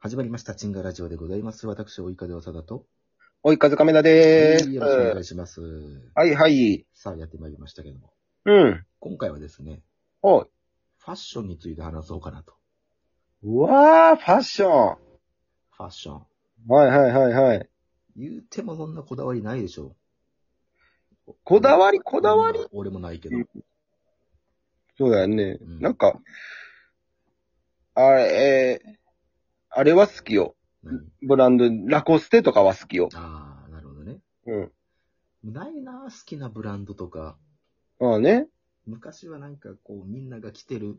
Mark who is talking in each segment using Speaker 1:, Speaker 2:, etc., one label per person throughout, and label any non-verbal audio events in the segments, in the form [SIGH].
Speaker 1: 始まりました、チンガラジオでございます。私、及川で長田と、
Speaker 2: おい、カズカメラ
Speaker 1: は
Speaker 2: でー
Speaker 1: い
Speaker 2: す。
Speaker 1: よろしくお願いします。
Speaker 2: はい、はい。
Speaker 1: さあ、やってまいりましたけども、
Speaker 2: うん。
Speaker 1: 今回はですね、
Speaker 2: おい。
Speaker 1: ファッションについて話そうかなと。
Speaker 2: うわー、ファッション。は
Speaker 1: ファッション。
Speaker 2: い、はい、はい、はい。
Speaker 1: 言うてもそんなこだわりないでしょう。
Speaker 2: こだわり、こ
Speaker 1: こ
Speaker 2: だわり。
Speaker 1: 俺もないけど。
Speaker 2: そうだよね。
Speaker 1: うん
Speaker 2: なんか、あれ、えーあれは好きよ。
Speaker 1: 何
Speaker 2: ブランド、ラコステとかは好きよ。
Speaker 1: ああ、なるほどね。
Speaker 2: うん。
Speaker 1: ないな、好きなブランドとか。
Speaker 2: ああね。
Speaker 1: 昔はなんかこう、みんなが着てる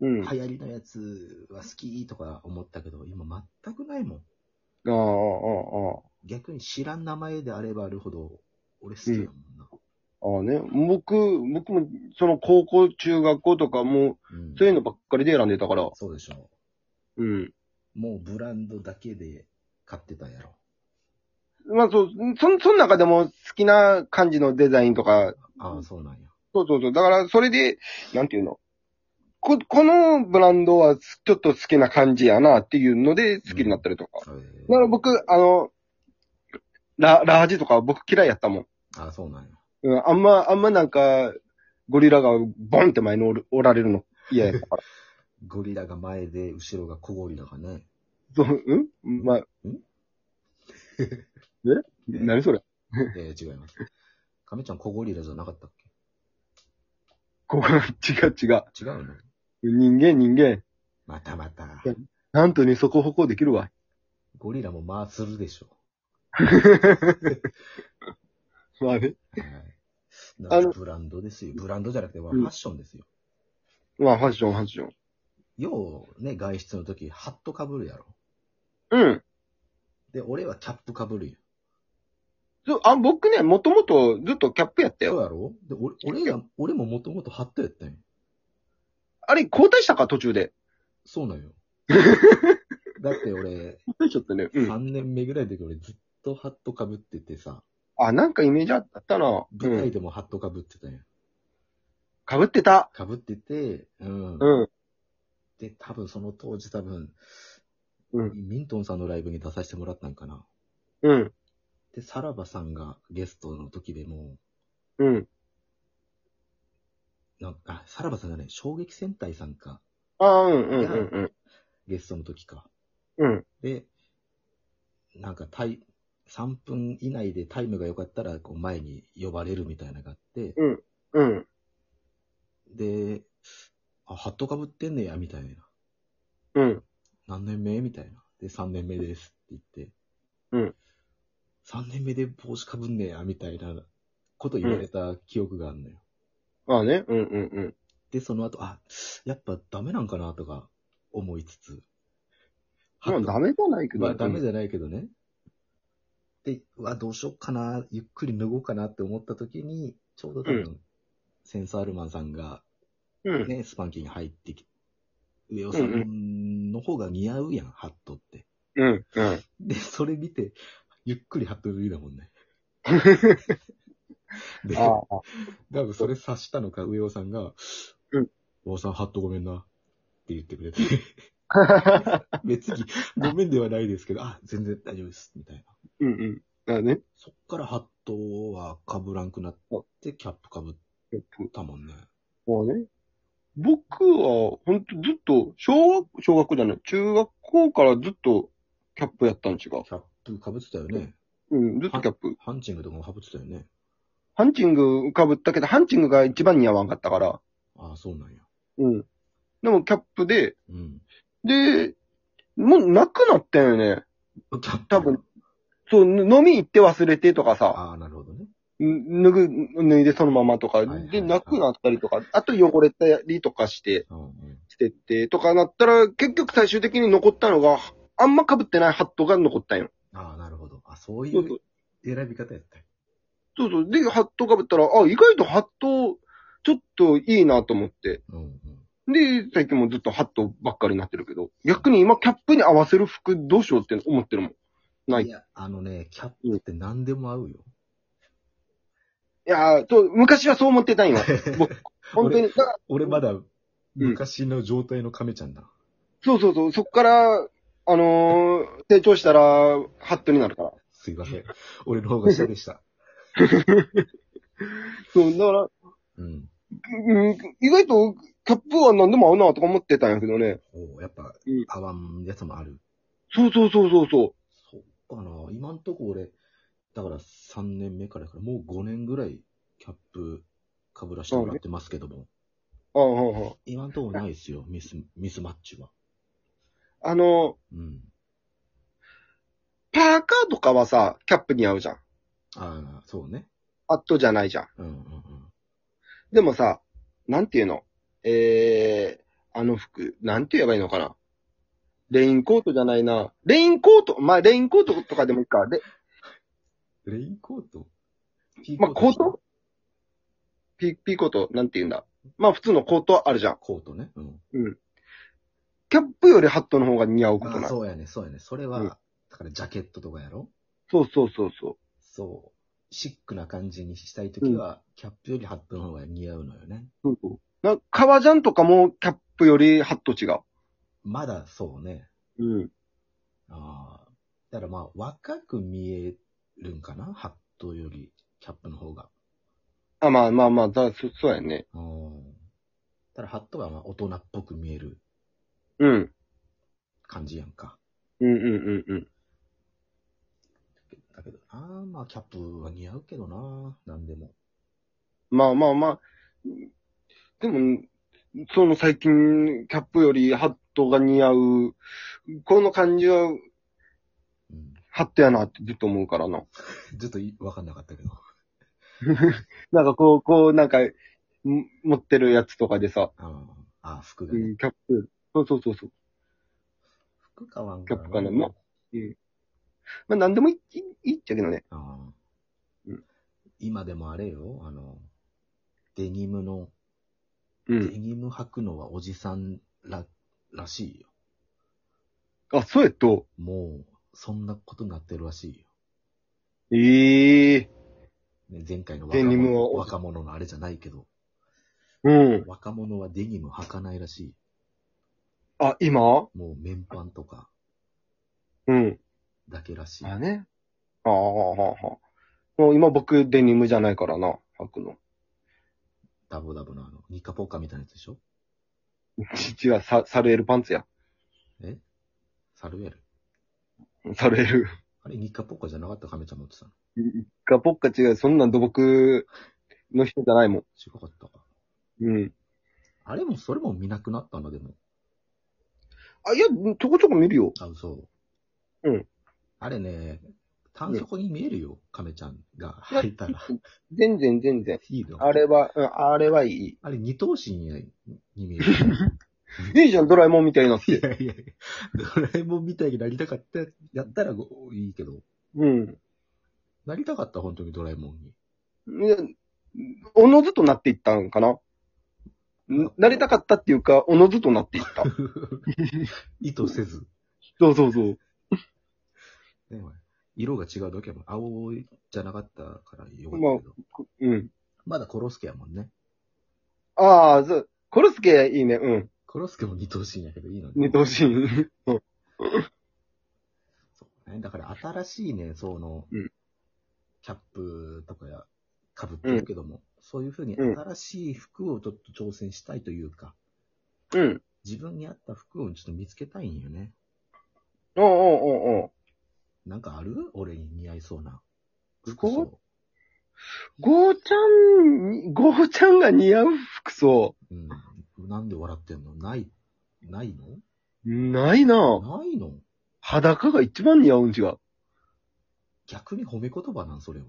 Speaker 2: うん。
Speaker 1: 流行りのやつは好きとか思ったけど、今全くないもん。
Speaker 2: ああ、ああ、あ
Speaker 1: 逆に知らん名前であればあるほど、俺好きやもんな。
Speaker 2: あ。ああね。僕、僕も、その高校、中学校とかも、
Speaker 1: うん
Speaker 2: そういうのばっかりで選んでたから。
Speaker 1: そうでしょ
Speaker 2: うん。
Speaker 1: う。もうブランドだけで買ってたんやろ。
Speaker 2: まあそう、そん、その中でも好きな感じのデザインとか、
Speaker 1: あ
Speaker 2: う
Speaker 1: あ、
Speaker 2: ん
Speaker 1: そうなんや。
Speaker 2: そうそうそう。だから、それで、なんていうのこ、このブランドはすちょっと好きな感じやなっていうので好きになったりとか。
Speaker 1: へえ
Speaker 2: だから僕、あの、ラ、ラージとか僕嫌いやったもん。
Speaker 1: ああ、そうなんや。
Speaker 2: うん、あんま、あんまなんか、ゴリラがボンって前におるおられるの嫌やった [LAUGHS] から。
Speaker 1: ゴリラが前で、後ろが小ゴリラがね。
Speaker 2: そう、うんまあ、
Speaker 1: ん
Speaker 2: え何それ
Speaker 1: えー違います。亀ちゃん小ゴリラじゃなかったっ
Speaker 2: ここ違う違う。
Speaker 1: け違うの
Speaker 2: 人間人間。
Speaker 1: またまた。
Speaker 2: なんとにそこ歩行できるわ。 [LAUGHS]
Speaker 1: ゴリラもまあするでしょ
Speaker 2: まあね。
Speaker 1: う。はい。な
Speaker 2: あ
Speaker 1: んか
Speaker 2: の
Speaker 1: ブランドですよ。ブランドじゃなくて、まあ
Speaker 2: う
Speaker 1: フ
Speaker 2: ん
Speaker 1: ァッションですよ。
Speaker 2: まあファッションファッション。
Speaker 1: ようね、外出の時、ハットかぶるやろ。
Speaker 2: うん。
Speaker 1: で、俺はキャップかぶるよ。
Speaker 2: そう、あ、僕ね、もともとずっとキャップやった
Speaker 1: そう
Speaker 2: よ。
Speaker 1: やろで、俺、俺が、俺ももともとハットやったんよ。
Speaker 2: あれ、交代したか、途中で。
Speaker 1: そうなん
Speaker 2: [LAUGHS]
Speaker 1: よ。だって俺、
Speaker 2: 交代しちゃったね。うん。
Speaker 1: 3年目ぐらいの時俺ずっとハットかぶっててさ、
Speaker 2: あ、なんかイメージあったな。う
Speaker 1: 舞台
Speaker 2: ん。
Speaker 1: でもハットかぶってたんよ。
Speaker 2: かぶってた。
Speaker 1: かぶってて、うん。
Speaker 2: うん。
Speaker 1: で、多分その当時多分、
Speaker 2: うん
Speaker 1: ミントンさんのライブに出させてもらったんかな。
Speaker 2: うん。
Speaker 1: で、さらばさんがゲストの時でも、
Speaker 2: うん。
Speaker 1: なんか、あさらばさんがね、衝撃戦隊さんか、
Speaker 2: あうんうんうんうん。
Speaker 1: ゲストの時か。
Speaker 2: うん。
Speaker 1: で、なんかタイ、3分以内でタイムが良かったら、こう前に呼ばれるみたいなのがあって、
Speaker 2: うん。
Speaker 1: で、あ、ハットかぶってんねや、みたいな。
Speaker 2: うん。
Speaker 1: 何年目みたいな。で、3年目ですって言って。
Speaker 2: うん。
Speaker 1: 3年目で帽子かぶんねや、みたいなこと言われた記憶があるのよ。
Speaker 2: まあね。うんうんうん。
Speaker 1: で、その後、あ、やっぱダメなんかな、とか思いつつ。
Speaker 2: まあダメじゃないけど。
Speaker 1: まあダメ
Speaker 2: だ。
Speaker 1: じゃないけどね。で、うわ、どうしよっかな、ゆっくり脱ごうかなって思った時に、ちょうど多分、
Speaker 2: う
Speaker 1: センサールマンさんが
Speaker 2: うん。
Speaker 1: ね、スパンキーに入ってきて、上尾さんの方が似合うやん、ハットって。
Speaker 2: [LAUGHS] うん。うん。
Speaker 1: で、それ見て、ゆっくりハット脱いだもんね。で、
Speaker 2: ああ。
Speaker 1: 多分それ察したのか、上尾さんが、
Speaker 2: うん。
Speaker 1: 上尾さんハットごめんな、って言ってくれて、 [LAUGHS]
Speaker 2: あ
Speaker 1: 別にごめんではないですけど、あ、全然大丈夫です、みたいな。
Speaker 2: [LAUGHS] うんうん。あね。
Speaker 1: そっからハットは被らんくなって、キャップ被っ
Speaker 2: キャップ
Speaker 1: たもんね。
Speaker 2: まあね。僕は、ほんとずっと、小学、小学じゃない、中学校からずっと、キャップやったん違う。
Speaker 1: キャップ被ってたよね。
Speaker 2: うん、ずっとキャップ。
Speaker 1: ハンチングとかも被ってたよね。
Speaker 2: ハンチングかぶったけど、ハンチングが一番似合わんかったから。
Speaker 1: ああ、そうなんや。
Speaker 2: うん。でもキャップで、
Speaker 1: うん。
Speaker 2: で、もうなくなったよね。
Speaker 1: キャップ
Speaker 2: 多分。そう、ぬ飲み行って忘れてとかさ、
Speaker 1: ああ、なるほどね。
Speaker 2: ん脱ぐ、脱いでそのままとか、
Speaker 1: いはいはい
Speaker 2: で、なくなったりとか、あと汚れたりとかして、
Speaker 1: うんうん。
Speaker 2: 捨ててとかなったら、結局最終的に残ったのが、あんま被ってないハットが残ったんよ。
Speaker 1: ああ、なるほど。あそうい
Speaker 2: そうそう
Speaker 1: う選び方やったよ
Speaker 2: そうそう。で、ハット被ったら、あ、意外とハット、ちょっといいなと思って。
Speaker 1: うんうん。
Speaker 2: で、最近もずっとハットばっかりになってるけど、逆に今キャップに合わせる服どうしようって思ってるもん。ない。
Speaker 1: い
Speaker 2: い
Speaker 1: や、あのね、キャップって何でも合うよ。
Speaker 2: やーそう昔はそう思ってたん [LAUGHS] よ。僕、本当に。だから
Speaker 1: 俺まだ、昔の状態の亀ちゃんだ。
Speaker 2: そうそうそう、そっから、あのー、成長したら、ハットになるから。
Speaker 1: すいません。俺の方が下でした。 [LAUGHS]
Speaker 2: そう、だから、
Speaker 1: うん。
Speaker 2: うん、意外と、キャップは何でも合うなとか思ってたんやけどね。
Speaker 1: おうやっぱ
Speaker 2: うん、
Speaker 1: 合わんやつもある。
Speaker 2: そうそうそうそうそ
Speaker 1: そうかな。今んとこ俺、だから3年目からやから、もう5年ぐらいキャップ被らしてもらってますけども、
Speaker 2: う。あああああ
Speaker 1: 今んとこないですよ、ミス、ミスマッチは。
Speaker 2: ああの
Speaker 1: うん。
Speaker 2: パーカーとかはさ、キャップに合うじゃん。
Speaker 1: ああ、そうね。
Speaker 2: アットじゃないじゃん。
Speaker 1: うんうんうん。
Speaker 2: でもさ、なんていうのえー、あの服、なんて言えばいいのかなレインコートじゃないな。レインコート、まあ、レインコートとかでもいいか。で、
Speaker 1: レインコートピー
Speaker 2: まあ、コー
Speaker 1: でし
Speaker 2: ト
Speaker 1: ょ
Speaker 2: ピピーコート、なんて言うんだ。まあ、普通のコートあるじゃん。
Speaker 1: コートね。うん。
Speaker 2: キャップよりハットの方が似合うこと
Speaker 1: ああ、
Speaker 2: ない。
Speaker 1: そうやね、そうやね。それは、
Speaker 2: うん
Speaker 1: だからジャケットとかやろ
Speaker 2: そうそうそうそう。
Speaker 1: そう。シックな感じにしたいときは、キャップよりハットの方が似合うのよね。
Speaker 2: そうそう。な、革ジャンとかもキャップよりハット違う。
Speaker 1: まだそうね。
Speaker 2: うん。
Speaker 1: ああ。だからまあ、若く見えるんかなハットより、キャップの方が。
Speaker 2: あ、まあまあまあ、だそそうやね。
Speaker 1: うん。ただ、ハットはまあ、大人っぽく見える
Speaker 2: うん。
Speaker 1: 感じやんか。
Speaker 2: うんうんうんうん。
Speaker 1: だけどな、まあ、キャップは似合うけどな、なんでも。
Speaker 2: まあまあまあ。でも、その最近、キャップよりハットが似合う、この感じは、
Speaker 1: うん。
Speaker 2: ハットやなってずっと思うからな。
Speaker 1: ちょっといわかんなかったけど。
Speaker 2: なんかこう、こう、なんか、ん持ってるやつとかでさ、
Speaker 1: ああ、服が
Speaker 2: う
Speaker 1: ね。
Speaker 2: ん、キャップ、そうそうそうそう。
Speaker 1: 服買わんから
Speaker 2: キャップかなまあまあなんでもいい、いいっちゃけどね。
Speaker 1: あー
Speaker 2: うん
Speaker 1: 今でもあれよ、あの、デニムの、
Speaker 2: う
Speaker 1: デ
Speaker 2: ん。
Speaker 1: ニム履くのはおじさんら、らしいよ。
Speaker 2: あ、そうやっと。
Speaker 1: もう、そんなことになってるらしいよ。
Speaker 2: ええ
Speaker 1: ね、前回の
Speaker 2: デ
Speaker 1: 若
Speaker 2: ニム
Speaker 1: 者
Speaker 2: は
Speaker 1: 若者のあれじゃないけど、
Speaker 2: うん。
Speaker 1: 若者はデニム履かないらし
Speaker 2: あ、今
Speaker 1: い。もう綿パンとか
Speaker 2: うん。
Speaker 1: だけらしい。
Speaker 2: まあね。ああ、ああ、ああ。もう今僕デニムじゃないからな、履くの。
Speaker 1: ダボダボのあの、ニカポカみたいなやつでしょ
Speaker 2: 父はササルエルパンツや。
Speaker 1: えサルエル。
Speaker 2: サルエル。
Speaker 1: あれ、ニカポカじゃなかった亀ちゃん持ってたの
Speaker 2: がポッカ違う。そんなん土木の人じゃないも
Speaker 1: 違かったか。
Speaker 2: ん。うん。
Speaker 1: あれも、それも見なくなったんだ、でも。
Speaker 2: あ、いや、ちょこちょこ見るよ。
Speaker 1: あ、嘘。
Speaker 2: うん。
Speaker 1: あれね、単色に見えるよ、亀ちゃんが履いたら。
Speaker 2: 全然全然。
Speaker 1: いいの
Speaker 2: あれは、うんあれはいい。
Speaker 1: あれ、二頭身に見える。
Speaker 2: いいじゃん、ド [LAUGHS] ラえもんみたいな。
Speaker 1: いやいやいや、ドラえもんみたいになりたかった、やったらごいいけど、
Speaker 2: うん。
Speaker 1: なりたかった、本当にドラえもんに。
Speaker 2: いや、おのずとなっていったんかな。んなりたかったっていうか、おのずとなっていった。
Speaker 1: 意図せず。
Speaker 2: [LAUGHS] そうそうそう。
Speaker 1: ね色が違うだけやもん。青いじゃなかったからよかったけど。
Speaker 2: まうん。
Speaker 1: まだコロスケやもんね。
Speaker 2: ああ、そう。コルスケいいね、うん。
Speaker 1: コロスケも二頭身やけどいいのに。
Speaker 2: 寝てほしい。うん
Speaker 1: そうね。だから新しいね、その、
Speaker 2: うん
Speaker 1: キャップとかや、被ってるけども、そういうふうに
Speaker 2: うん
Speaker 1: 新しい服をちょっと挑戦したいというか、
Speaker 2: うん。
Speaker 1: 自分に合った服をちょっと見つけたいんよね。
Speaker 2: おうおうおうおう
Speaker 1: なんかある俺に似合いそうな。
Speaker 2: 服ゴーちゃんに、ゴーちゃんが似合う服装、
Speaker 1: うん。なんで笑ってんのない、ないの
Speaker 2: ないな
Speaker 1: ないの
Speaker 2: 裸が一番似合うん違 [LAUGHS] う。
Speaker 1: 逆に褒め言葉なん、そ
Speaker 2: [LAUGHS]
Speaker 1: れは。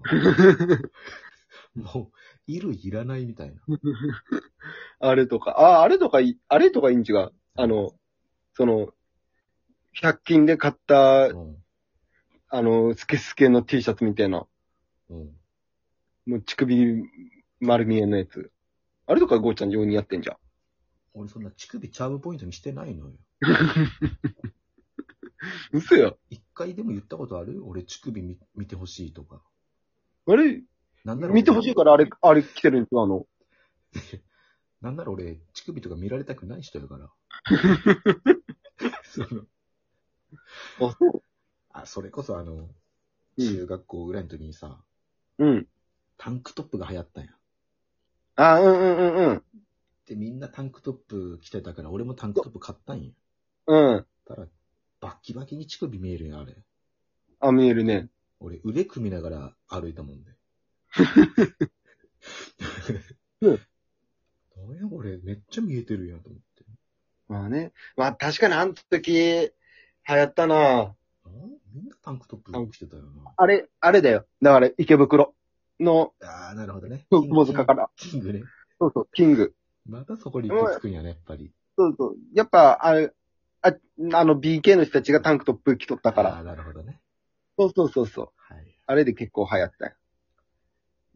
Speaker 1: もう、いる、いらないみたいな。
Speaker 2: あれとか、あ、あれとかい、あれとかいいん違う。あの、その、100均で買った、
Speaker 1: うん。
Speaker 2: あの、スケスケの T シャツみたいな、
Speaker 1: うん。
Speaker 2: もう乳首丸見えのやつ。あれとかゴーちゃんよう似合ってんじゃん。
Speaker 1: 俺そんな乳首チャームポイントにしてないのよ。
Speaker 2: 嘘や。
Speaker 1: 一回でも言ったことある俺乳首見見てほしいとか。
Speaker 2: あれ、
Speaker 1: なんなら
Speaker 2: 見てほしいからあれ、あれ着てるん違うの。
Speaker 1: なんなら
Speaker 2: [LAUGHS]
Speaker 1: 俺乳首とか見られたくない人やから。その、
Speaker 2: あ、そう。
Speaker 1: あ、それこそあの、
Speaker 2: うん
Speaker 1: 中学校ぐらいの時にさ、
Speaker 2: うん。
Speaker 1: タンクトップが流行ったんや。
Speaker 2: あ、うんうんうん
Speaker 1: で、みんなタンクトップ着てたから、俺もタンクトップ買ったんや。
Speaker 2: うん。うん。
Speaker 1: たら、バッキバキに乳首見えるんや、あれ。
Speaker 2: あ、見えるね。
Speaker 1: 俺、腕組みながら歩いたもんで。
Speaker 2: [LAUGHS] うん
Speaker 1: [LAUGHS] なんやこれ、めっちゃ見えてるやんと思って。
Speaker 2: まあね。まあ確かにあの時、流行ったな
Speaker 1: なんみんなタンクトップ着てたよな。
Speaker 2: あれ、あれだよ。だから池袋の、
Speaker 1: ああー、なるほどね。
Speaker 2: そう窪塚から。
Speaker 1: キングね。
Speaker 2: そうそう、キング。
Speaker 1: またそこに行き着くんやね、やっぱり。
Speaker 2: そうそう。やっぱ、あれ、あ、あの BK の人たちがタンクトップ着とったか
Speaker 1: ああー、
Speaker 2: ら。
Speaker 1: なるほどね。
Speaker 2: そうそうそうそう。
Speaker 1: はい。
Speaker 2: あれで結構流行ったよ。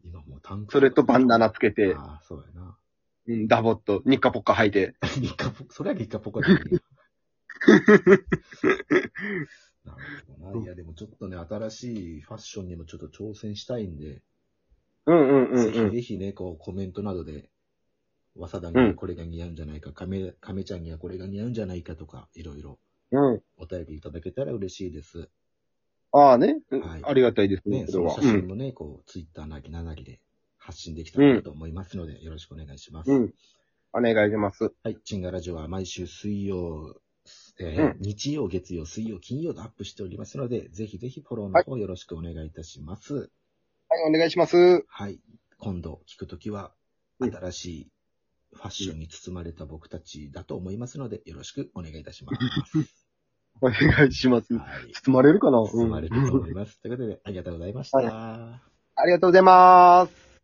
Speaker 1: 今もうタンク
Speaker 2: それとバンダ
Speaker 1: ナ
Speaker 2: ナつけて、
Speaker 1: ああ、そうやな。 [LAUGHS]
Speaker 2: うん、ダボっと、ニッカポッカ履いて。
Speaker 1: リカポそれはリカポコだ
Speaker 2: [LAUGHS]
Speaker 1: ね。なるほどな。いや、でもちょっとね、新しいファッションにもちょっと挑戦したいんで、
Speaker 2: うんうんうんう
Speaker 1: ぜひ
Speaker 2: ん。
Speaker 1: ぜひね、こう、コメントなどで、わさだにはこれが似合うんじゃないか、亀、亀ちゃんにはこれが似合うんじゃないかとか、いろいろ
Speaker 2: うん。
Speaker 1: お便りいただけたら嬉しいです。
Speaker 2: ああね、うん
Speaker 1: はい
Speaker 2: ありがたいですね、
Speaker 1: ね、
Speaker 2: そ
Speaker 1: そ
Speaker 2: れ
Speaker 1: の
Speaker 2: は。
Speaker 1: 写
Speaker 2: う
Speaker 1: 真
Speaker 2: ん。
Speaker 1: もね、こう、ツイッターなぎななぎで発信できたらなと思いますので、よろしくお願いします。
Speaker 2: うん。お願いします。
Speaker 1: はい、チンガラジオは毎週水曜、えー
Speaker 2: うん
Speaker 1: 日曜、月曜、水曜、金曜とアップしておりますので、ぜひぜひフォローの方よろしくお願いいたします。
Speaker 2: はい、お願いします。
Speaker 1: はい、今度聞くときは、
Speaker 2: うん
Speaker 1: 新しいファッションに包まれた僕たちだと思いますので、よろしくお願いいたし
Speaker 2: [LAUGHS]
Speaker 1: ます。
Speaker 2: お願いします。
Speaker 1: はい、
Speaker 2: 包まれるかなうん
Speaker 1: 包まれると思います。ということで、ありがとうございました。
Speaker 2: ありがとうございます。